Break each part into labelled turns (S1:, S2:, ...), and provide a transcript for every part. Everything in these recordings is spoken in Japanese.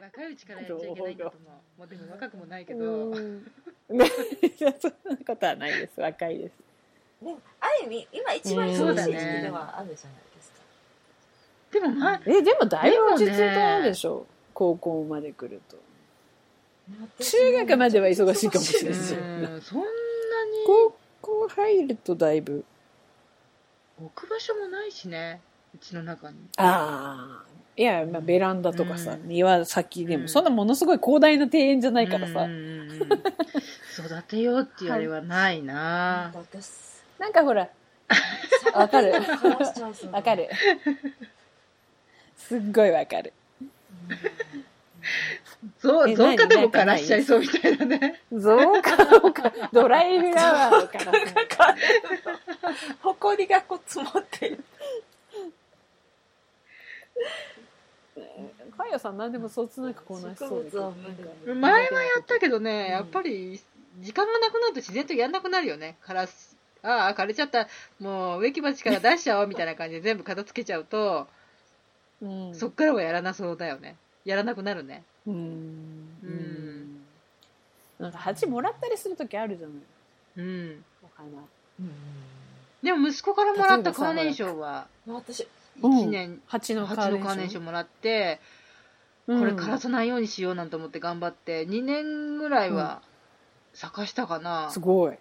S1: 若いうちからやっちゃいけないんだと思うもうでも若くもないけど
S2: うんねそんなことはないです若いです
S3: ね、ある意味、今一番忙しい時期ではあるじゃないですか。
S1: でもまあ
S2: えでもだいぶ落ち着い
S1: でもね
S2: たでしょ、高校まで来ると
S3: 私も
S2: 中学までは忙しいかもし
S1: う
S2: れない
S1: んそんな
S2: 高校入るとだいぶ
S1: に置く場所もないしねうちの中に
S2: ああいや、まあ、ベランダとかさ、
S1: うん
S2: 庭先でも、
S1: うん
S2: そんなものすごい広大な庭園じゃないからさ、
S1: うんうんうん育てようって言われはない
S3: な
S1: な
S3: んか私、
S2: なんかほらわかる
S3: 話しちゃうんですよね
S2: わか。る すっごいわかる
S1: そう
S2: え
S1: 増加でも
S2: 何何か
S1: か
S2: な
S1: ら
S2: い
S1: しちゃいそうみたいな ね
S2: 増加増加ドライフラワーから
S3: なんか、ほこりがこう積もってる。
S2: カイヤさん何でもそつなくこなし
S3: 植
S2: そうで
S3: 物は無
S1: 前
S3: 理
S1: もやったけどねやっぱり時間がなくなると自然とやんなくなるよねからすああ枯れちゃったもう植木鉢から出しちゃおうみたいな感じで全部片付けちゃうと
S2: うん
S1: そっからはやらなそうだよねやらなくなるね
S2: うん
S1: うん
S2: なんか鉢もらったりする時あるじゃない
S1: うん
S2: お花
S1: でも息子からもらったカーネーションは
S3: うん。私、
S2: うん
S1: 1年
S2: 鉢の
S1: 鉢
S2: カーネ
S1: の
S2: ーション
S1: カーネーションもらってこれ枯らさないようにしようなんて思って頑張って2年ぐらいは咲かしたかな、
S2: すごい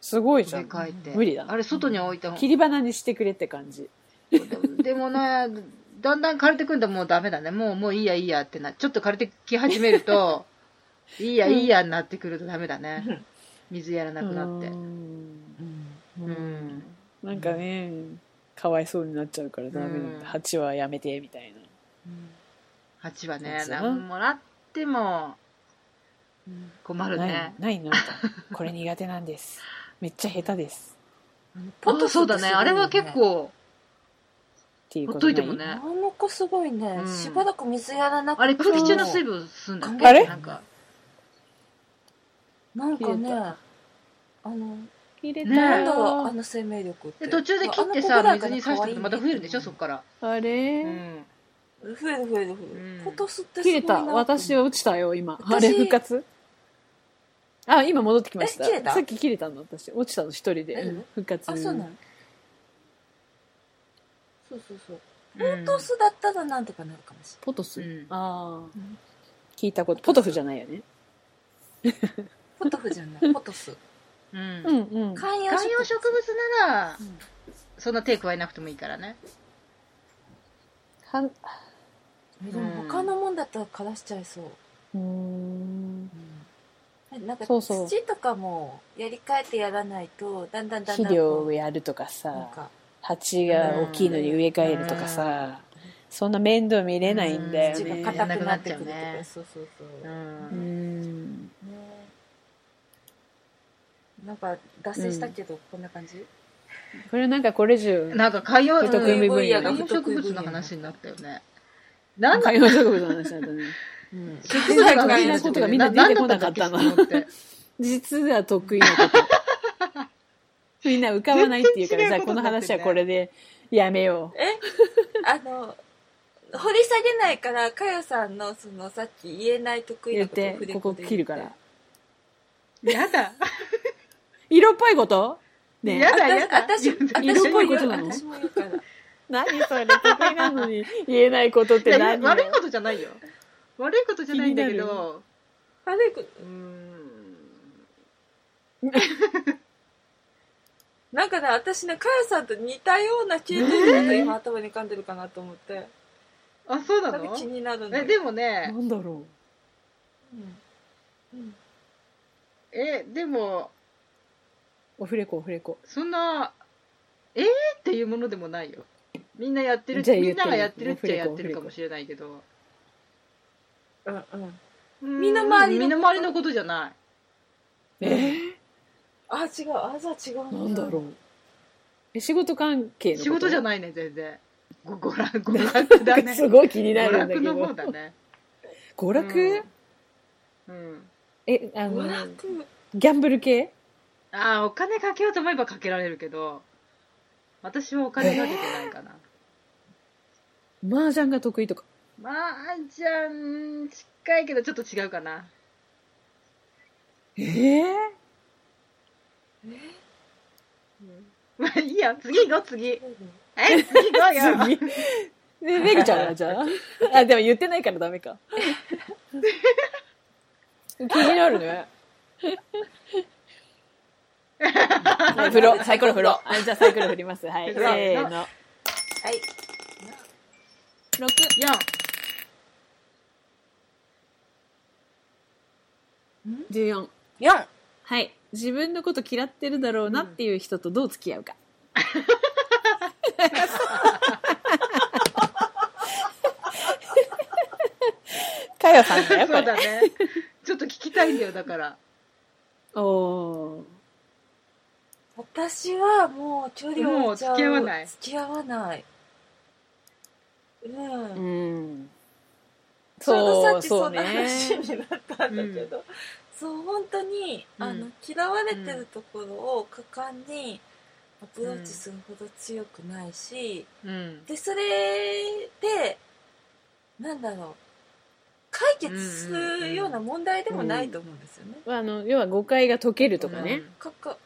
S2: すごいじ
S1: 植
S2: ゃ
S1: え
S2: ん
S1: 替えて
S2: 無理だな
S1: あれ外に置いたも
S2: 切り花にしてくれって感じ
S1: ん でもねだんだん枯れてくんだもうダメだねもうもういいやいいやってなちょっと枯れてき始めると いいやいいやになってくるとダメだね水やらなくなって
S2: うん
S1: うん、
S2: なんかねかわいそうになっちゃうからダメなん
S1: うん
S2: だ鉢はやめてみたいな
S1: 蜂は
S2: そうで
S1: ね
S2: すね
S1: 何もらっても困る
S2: ない
S1: ね
S2: ないのみたいなこれ苦手なんですめっちゃ下手です
S1: ポットそうだねあれは結構
S2: っていう
S1: ほ
S2: こ
S1: っ
S2: と
S1: と
S2: ない
S1: いてもね
S3: あの子すごいね
S1: う、ん
S3: しばらく水やらなくて
S1: あれ空気中の水分吸うんだっけ
S2: あれ
S1: なんか
S3: なんかね
S2: 消え
S3: あの
S2: 切れ
S1: ね
S3: なん
S2: た
S3: だろうあ
S2: よ
S3: の生命力って
S1: で途中で切って
S3: あ
S1: さ
S3: の子ぐら
S1: 水
S3: い
S1: にさしてもまた増えるんでしょそっ
S3: か
S1: から
S2: あ
S1: う
S2: れ、
S1: ん
S3: ら可愛いね増える増える増え
S1: う
S3: る
S1: ん
S3: ポトスってす
S2: 切
S3: ごいな
S2: れた私は落ちたよ今
S3: 私
S2: あれ復活あ今戻ってきました
S3: え切れた
S2: さっき切れたの私落ちたの一人で、
S3: え
S2: うん復活
S3: あそうなのそうそうそう
S1: うん
S3: ポトスだったらなんとかなるかもし
S2: ポトス、
S1: うん
S2: ああ
S3: うん
S2: 聞いたことポトフじゃないよね
S3: れないポトフじ ゃないポトス
S1: うん
S2: うんうん
S3: 観葉
S1: 観葉植物なら
S3: うん
S1: そんな手加えなくてもいいからね
S2: はんう
S3: えでも他のもんだったら枯らしちゃいそう
S2: ーん
S3: なんか
S2: そうそう
S3: 土とかもやり替えてやらないとだんだんだんだん
S2: 肥料をやるとか
S3: こうなん
S2: さ
S3: か
S2: 鉢が大きいのに植え替えるとかさそんな面倒見れないんだよ
S3: 土
S2: ね
S3: が硬くなってくると
S1: やんなくなっちゃう
S3: か
S1: ね
S3: そうそうそう
S1: う
S2: うんん
S3: ねなんか脱線したけど、こんな感じ
S2: これなんかこれ以上
S1: なんか観葉
S2: 不得意分野が
S1: 観葉植物の話になったよねなんだ
S2: 観葉植物の話だったね
S3: うん
S1: 植物が好きなことがみんな出てこなかったの
S2: 実は得意なこと。みんな浮かばないっていうから、じゃあ
S1: 全然違うこ
S2: ことの
S1: になってるね
S2: 話はこれでやめよう。
S3: あの掘り下げないからかよさんのそのさっき言えない得意
S2: 言
S3: な
S2: っ
S3: ことを
S2: て
S3: フ、レ
S2: こ
S3: コ
S2: こ
S3: で言って
S2: 切るから。
S1: やだ
S2: 色っぽいことね
S1: や
S2: え。
S1: だやだ
S3: 私私私
S2: 色っぽいこと
S3: も
S2: なの
S3: 私も言うから
S2: 何それ得意なのに言えないことっ
S1: い
S2: て
S1: や
S2: 何
S1: 悪いことじゃないよ悪いことじゃないんだけ
S2: 気にな
S1: ど
S3: 悪いこと
S1: うーん
S3: なんかね私ねかよさんと似たような経験のこと今頭に浮かんでるかなと思って
S1: あそうな
S3: なんか
S1: の
S3: 気になるんだ
S1: え
S3: よ
S1: でも
S2: な
S1: ね
S2: んだろ
S3: うんうん
S1: えでも
S2: う。オフレコ、オフレコ。
S1: そんなえー、っていうものでもないよみんなやってる
S2: じゃあ言っ
S1: み
S2: て
S1: んながやってるっちゃやってるかもしれないけど
S3: うんうん
S1: 身
S3: の回りのこと
S1: 身の回りのことじゃない
S2: え
S3: あ違うあじゃあ違う
S2: ー、なんだろう。え仕事関係のこと
S1: 仕事じゃないね全然ご娯楽娯楽だ
S2: なんか
S1: ね
S2: すごい気にな
S1: 娯
S2: るんだけ
S1: 楽の方
S2: ど。
S1: だね
S2: 娯
S1: 娯
S2: 楽
S1: うん
S2: え、あの
S3: 娯、楽
S2: ギャンブル系
S1: ああお金かけようと思えばかけられるけど私はお金かけてないかな、
S2: 麻雀が得意とか。
S1: まあじゃん近いけどちょっと違うかな
S2: ええ
S1: まあいいや次行こう次
S3: え
S1: え次行こうよ
S2: 次。ね、めぐちゃんはじゃあ。あ、でも言ってないからダ メか。気にな るね。はい、風呂、サイコロ風呂。あ、じゃあサイコロ振ります。はい。せ
S1: 風呂
S2: ーの。
S3: はい。
S2: 6。
S1: 4
S2: 14。
S3: 4!
S2: はい。自分のこと嫌ってるだろうなっていう人とどう付き合うか。かよさんだよ、こ
S1: そう
S2: れ。
S1: だねちょっと聞きたいんだよだから
S2: おー。
S3: 私はもう距離を置いちゃ
S1: もう
S3: う
S1: 付き合わない
S3: 付き合わない。うん。
S2: うん。
S3: ちょうどさ
S2: そ
S3: っ
S2: う、
S3: き
S2: そ
S3: そ
S2: うん
S3: な話
S2: ね。
S3: になったんだけど、そう本当に、
S1: うん
S3: あの嫌われてるところを果敢にアプローチするほど強くないし、
S1: うん
S3: でそれでなんだろう解決するような問題でもないと思うんですよね。
S2: あの、要は誤解が解けるとかね。
S3: かっこ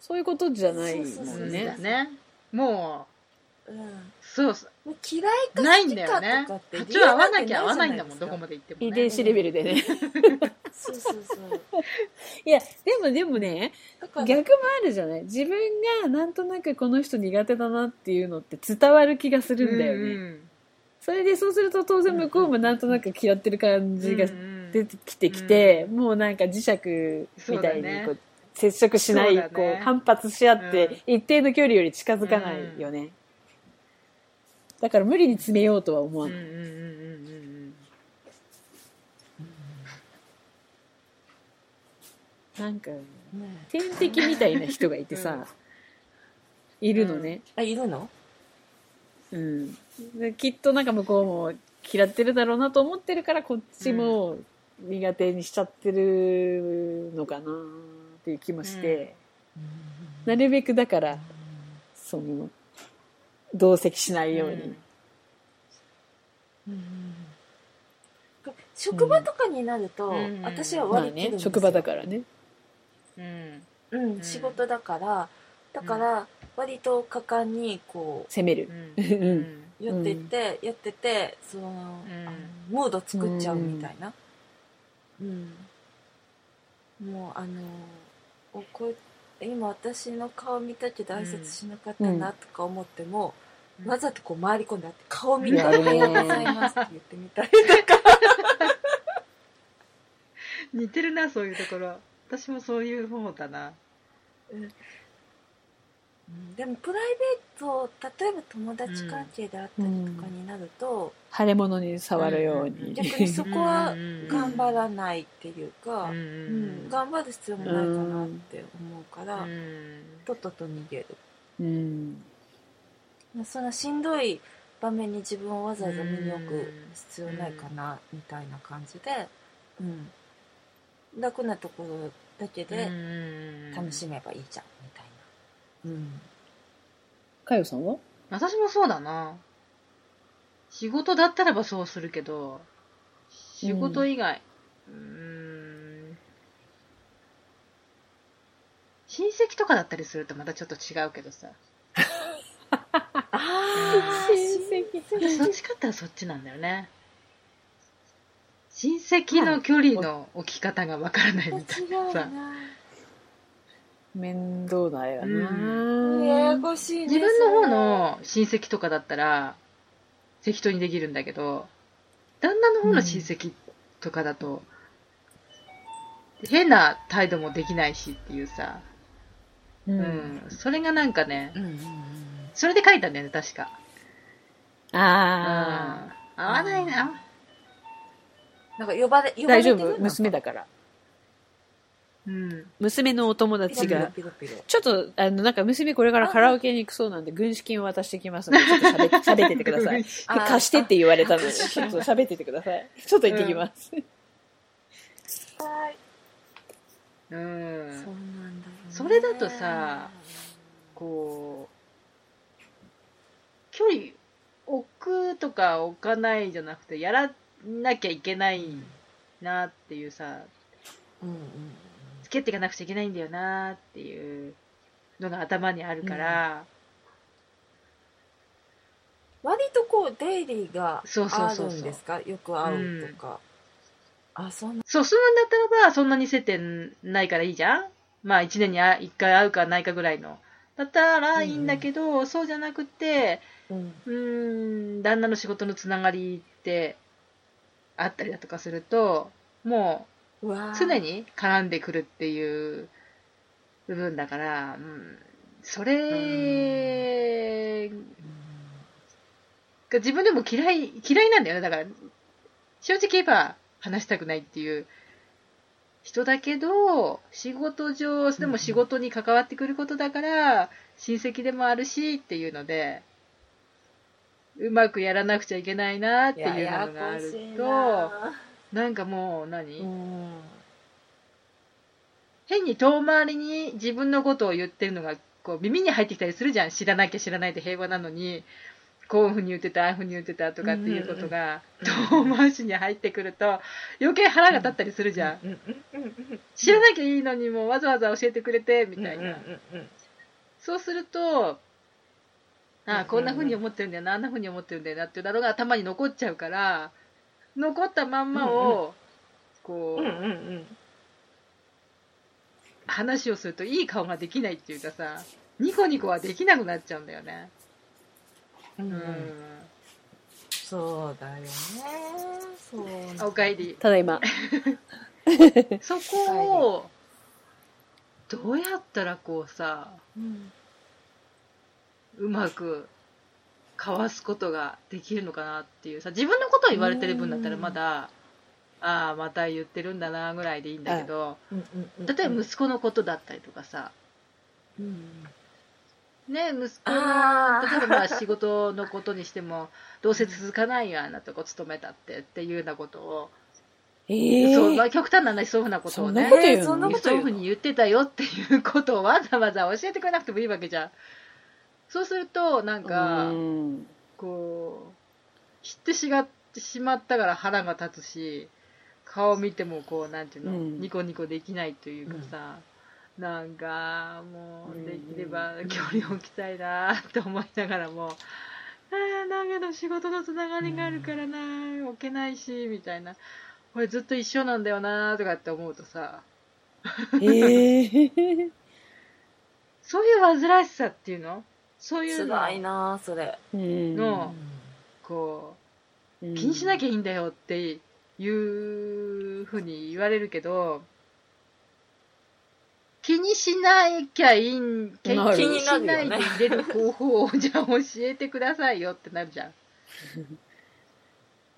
S2: そういうことじゃないも
S3: そ
S1: う
S3: う
S1: ん
S3: そ
S1: そうう
S3: そ
S2: ん
S3: う
S1: だ
S2: ね。
S1: ねも
S3: うん、
S1: うそうそう
S3: もう嫌いか
S1: ない
S3: 好
S1: ん
S3: き
S1: だ
S3: か
S1: よ
S3: とか
S1: ね
S3: って
S1: 波
S3: 理由
S1: 長合わ
S3: んて
S1: なきゃ合わないんだもん
S3: じ
S1: ど
S3: ゃ
S1: こ
S3: で
S1: まで行っても、ね、
S2: 遺伝子レベルでね。
S3: すか。そうそうそう。
S2: いや、でもでもね、
S3: だから
S2: 逆もあるじゃない自分がなんとなくこの人苦手だなっていうのって伝わる気がするんだよね。
S1: うん
S2: それでそうすると当然向こうもなんとなく嫌ってる感じが
S1: うん
S2: 出てきてきて、もうなんか磁石みたいに
S1: そうだ
S2: こう
S1: ね
S2: 接触しな
S1: そ
S2: い、
S1: うだね
S2: こう反発し合って、一定の距離より近づかないよね、だから無理に詰めようとは思わ
S1: うん
S2: な
S1: う
S2: い、
S1: んうんうんうん
S2: なんか
S3: ね
S2: 天敵みたいな人がいてさ、いるのね、
S3: あいるの？
S2: うんできっとなんか向こうも嫌ってるだろうなと思ってるからこっちも苦手にしちゃってるのかなっていう気もして。なるべくだから、その、同席しな
S1: うん
S2: いよう
S1: う
S2: に
S1: ん。
S3: 職場とかになると、
S1: うん
S3: 私は
S2: まあ
S3: 割り切るん
S2: ね、
S3: ですよ、
S2: 職場だからね。
S1: うん
S3: ら、うん、仕事だからだから割と果敢にこ
S2: 責める
S1: う。ん
S2: うん
S1: うん
S3: うやってって、やっててその、
S1: うん
S3: あのムード作っちゃうみたいな、うんもうあのおこ今私の顔見たけど挨拶しなかったなとか思っても、
S1: うん
S3: わざとこう回り込んであって顔見て「
S2: や
S3: おは
S2: るね
S3: ようございます」って言ってみたり
S1: 似てるなそういうところ私もそういう方だな
S3: うんでもプライベート例えば友達関係であったりとかになると、
S2: 腫れ物に触るよ
S1: う
S2: う
S1: んうんう
S2: に
S1: ん。
S3: 逆にそこは頑張らないっていう
S1: う
S3: か、
S1: ん
S3: う
S1: う
S3: ん
S1: ん
S3: 頑張る必要もないかなって思うから、
S1: うん
S3: とっとと逃げる
S2: うん。
S3: まあそんなしんどい場面に自分をわざわざ身に置く必要ないかなみたいな感じで、うん、楽なところだけで楽しめばいいじゃんみたいな。うん
S2: かよさんは
S1: 私もそうだな仕事だったらばそうするけど仕事以外うーん親戚とかだったりするとまたちょっと違うけどさ
S3: ああ
S1: でそっちかったらそっちなんだよね親戚の距離の置き方がわからないみたいなさ
S2: 面倒だよ
S3: うんやや
S2: な。
S3: こしいね
S1: 自分の方の親戚とかだったら適当にできるんだけど旦那の方の親戚とかだと、変な態度もできないしっていうさ、
S2: う。
S1: うんんそれがなんかね
S3: それうんうん
S1: それで書いたんだよね確か、うん、
S2: ああ。
S1: 合わないな
S3: なんか呼ばれ呼ば
S2: 大
S3: れて
S2: 丈
S3: る
S2: 夫娘だから。
S1: うん
S2: 娘のお友
S3: ピ
S2: 達
S3: ロ
S2: が。
S3: ピロピロピロ
S2: ちょっと、あの、なんか娘これからカラオケに行くそうなんで、軍資金を渡してきますので、ちょっと喋って喋っててください。
S3: あー
S2: 貸してって言われたので、ちょっと喋っててください。ちょっと行ってきます。
S3: はい
S1: うん
S3: そうなんだよね
S1: それだとさこう距離置くとか置かないじゃなくてやらなきゃいけないなっていうさ
S3: うんうん
S1: つけていかなくちゃいけないんだよなっていうのが頭にあるから、
S3: 割とこうデイリーが
S1: そうそう
S3: あ
S1: そう
S3: る
S1: そうん
S3: ですかよく会うとか、あそんな
S1: そうするんだったらばそんなに接点ないからいいじゃんまあ1年に1回会うかないかぐらいのだったらいいんだけど、そうじゃなくて
S3: うん
S1: うーん旦那の仕事のつながりってあったりだとかするとも
S3: うわ
S1: う
S3: ー
S1: 常に絡んでくるっていう部分だから、うん、それが自分でも嫌い嫌いなんだよねだから正直言えば話したくないっていう人だけど仕事上でも仕事に関わってくることだから親戚でもあるしっていうのでうまくやらなくちゃいけないなっていう
S3: やや
S1: のがあ
S3: こ
S1: る
S3: しい
S1: と
S3: な
S1: なんかもう何、
S3: うん
S1: 変に遠回りに自分のことを言ってるのがこう耳に入ってきたりするじゃん知らなきゃ知らないで平和なのにこういうふうに言ってたああいうふうに言ってたとかっていうことが
S3: うん
S1: 遠回しに入ってくると余計腹が立ったりするじゃん、
S3: うんうんうん
S1: 知らなきゃいいのにもうわざわざ教えてくれてみたいな、
S3: うんうんうんうん
S1: そうするとあ
S3: う
S1: あ
S3: ん
S1: こんなふうに思ってるんだよなあんなふうに思ってるんだよなっていうだろうが頭に残っちゃうから残ったまんまをこう、
S3: うんうんうん
S1: 話をするといい顔ができないっていうかさニコニコはできなくなっちゃうんだよね
S3: うん
S1: う、
S3: うんんそうだよねそうなんだ
S1: あおかえり
S2: ただいま。
S1: そこをどうやったらこうさ
S3: うん
S1: うまくかわすことができるのかなっていうさ自分のことを言われてる分だったらまだああまた言ってるんだなぐらいでいいんだけど
S3: うんうんうん
S1: 例えば息子のことだったりとかさ
S3: うんうん
S1: ね息子の
S3: あ
S1: 例えばまあ仕事のことにしてもどうせ続かないよあんなとこ勤めたってっていうようなことを
S2: ええ
S1: そうまあ、極端な話そういうふうなことをね
S3: こと
S2: 言う
S3: え
S2: の
S3: ーそんなこと
S1: そういうふうに言ってたよっていうことをわざわざ教えてくれなくてもいいわけじゃんそうするとなんか
S2: うん
S1: こう知ってしがってしまったから腹が立つし顔見てもこうなんていうの、
S2: うん
S1: ニコニコできないというかさ、なんかも
S2: うん
S1: うできれば距離を置きたいなと思いながらも、あーだけど仕事のつながりがあるからな置けないしみたいなこれずっと一緒なんだよなとかって思うとさ
S2: ええ
S1: そういう煩わしさっていうのそういう
S3: つ
S1: の
S3: らいなそれ
S1: の
S3: う
S1: こう
S2: うん
S1: 気にしなきゃいいんだよっていうふうに言われるけど気にしなきゃいいん気気
S2: なる
S1: にしな
S3: 気になる
S1: い
S3: よ
S1: で
S3: ね
S1: 出る方法をじゃあ教えてくださいよってなるじゃん。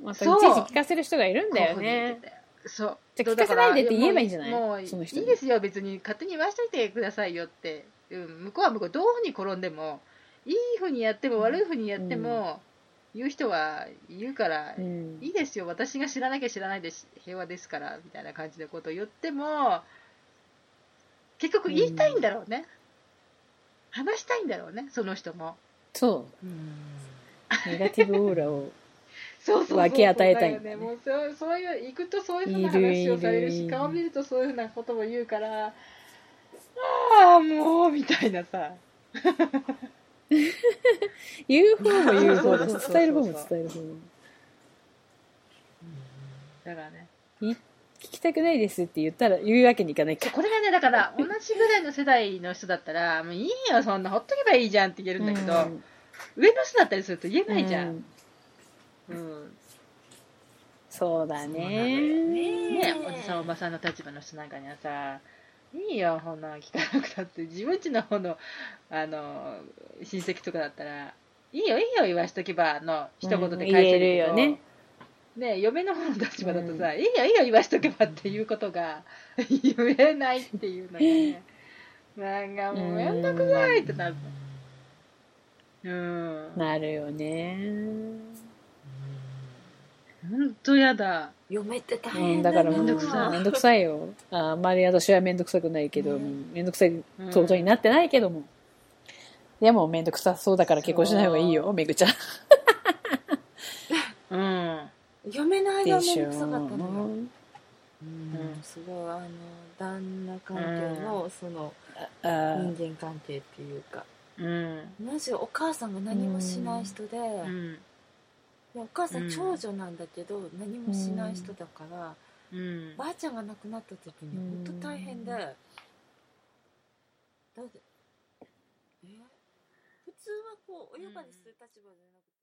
S2: またいちいち聞かせる人がいるんだよね。
S1: こういうふうに言ってて。そう
S2: じゃあ
S1: どうだ
S2: 聞かせないでって言えばいいんじゃない
S1: やもうもう
S2: その人
S1: い
S2: に
S1: いですよ別に勝手に言わしといてくださいよって、うん、向こうは向こうどういうふうに転んでもいいふうにやっても悪いふうにやっても、言う人は言うから
S2: うん
S1: いいですよ、私が知らなきゃ知らないでし平和ですからみたいな感じのことを言っても、結局言いたいんだろうね、話したいんだろうね、その人も。
S2: そ
S3: ん
S2: う。ネガティブオーラを。
S1: そうそうそう
S2: 分け与えたいんだ
S1: そうだ
S2: ね
S1: よねもうそうそういう、行くとそういうふうない
S2: るい
S1: 話
S2: る
S1: をされるし、顔見るとそういうふうなことも言うから、ああ、もうみたいなさ、
S2: 言う方も言う
S1: そう
S2: 方だ
S1: そうそう
S2: し
S1: そう
S2: 伝える方も伝える方も。
S1: だからね、
S2: 聞きたくないですって言ったら言うわけにいかない
S1: そう
S2: か。
S1: これがね、だから同じぐらいの世代の人だったら、もういいよ、そんな、ほっとけばいいじゃんって言えるんだけど、
S2: うん
S1: 上の人だったりすると言えないじゃ。
S2: うんん
S1: うん
S2: そうだ
S3: ね
S2: ね。
S1: ね、おじさんおばさんの立場の人なんかにはさいいよこんなん聞かなくたって自分ちの方のあの親戚とかだったらいいよいいよ言わしとけばの一言で返せるけど、
S2: うん言えるよね
S1: ね嫁の方の立場だとさ、
S2: う
S1: いいよいいよ言わしとけばっていうことが 言えないっていうのがねなんかもうめんどくさいってなるうん
S2: なるよね。
S1: ほんとやだ
S3: 嫁って大
S2: うん、
S3: 変
S2: だ
S3: だ
S2: から
S3: な
S2: もう
S1: めんどくさい
S2: めんどくさいよ。ああんまり私はめんどくさくないけど、
S3: うん
S2: めんどくさいことになってないけども。でもめんどくさそうだから結婚しない方がいいよ、めぐちゃん。
S1: うん。
S3: 読めない
S2: で
S3: がめ
S2: し
S3: ん
S2: ょ
S3: どくさかったのよ。
S2: う
S3: うん、すごいあの旦那関係のその
S2: あ
S3: 人間関係っていうか、
S1: うん。
S3: マジお母さんが何もしない人で、
S1: う
S3: い
S1: ん。
S3: やお母さ
S1: うん
S3: ん長女なんだけど何もしない人だから、
S1: うん。
S3: ばあちゃんが亡くなった時に
S2: うん
S3: 本当大変で、だってえ普通はこう親ばにする立場じゃなくて。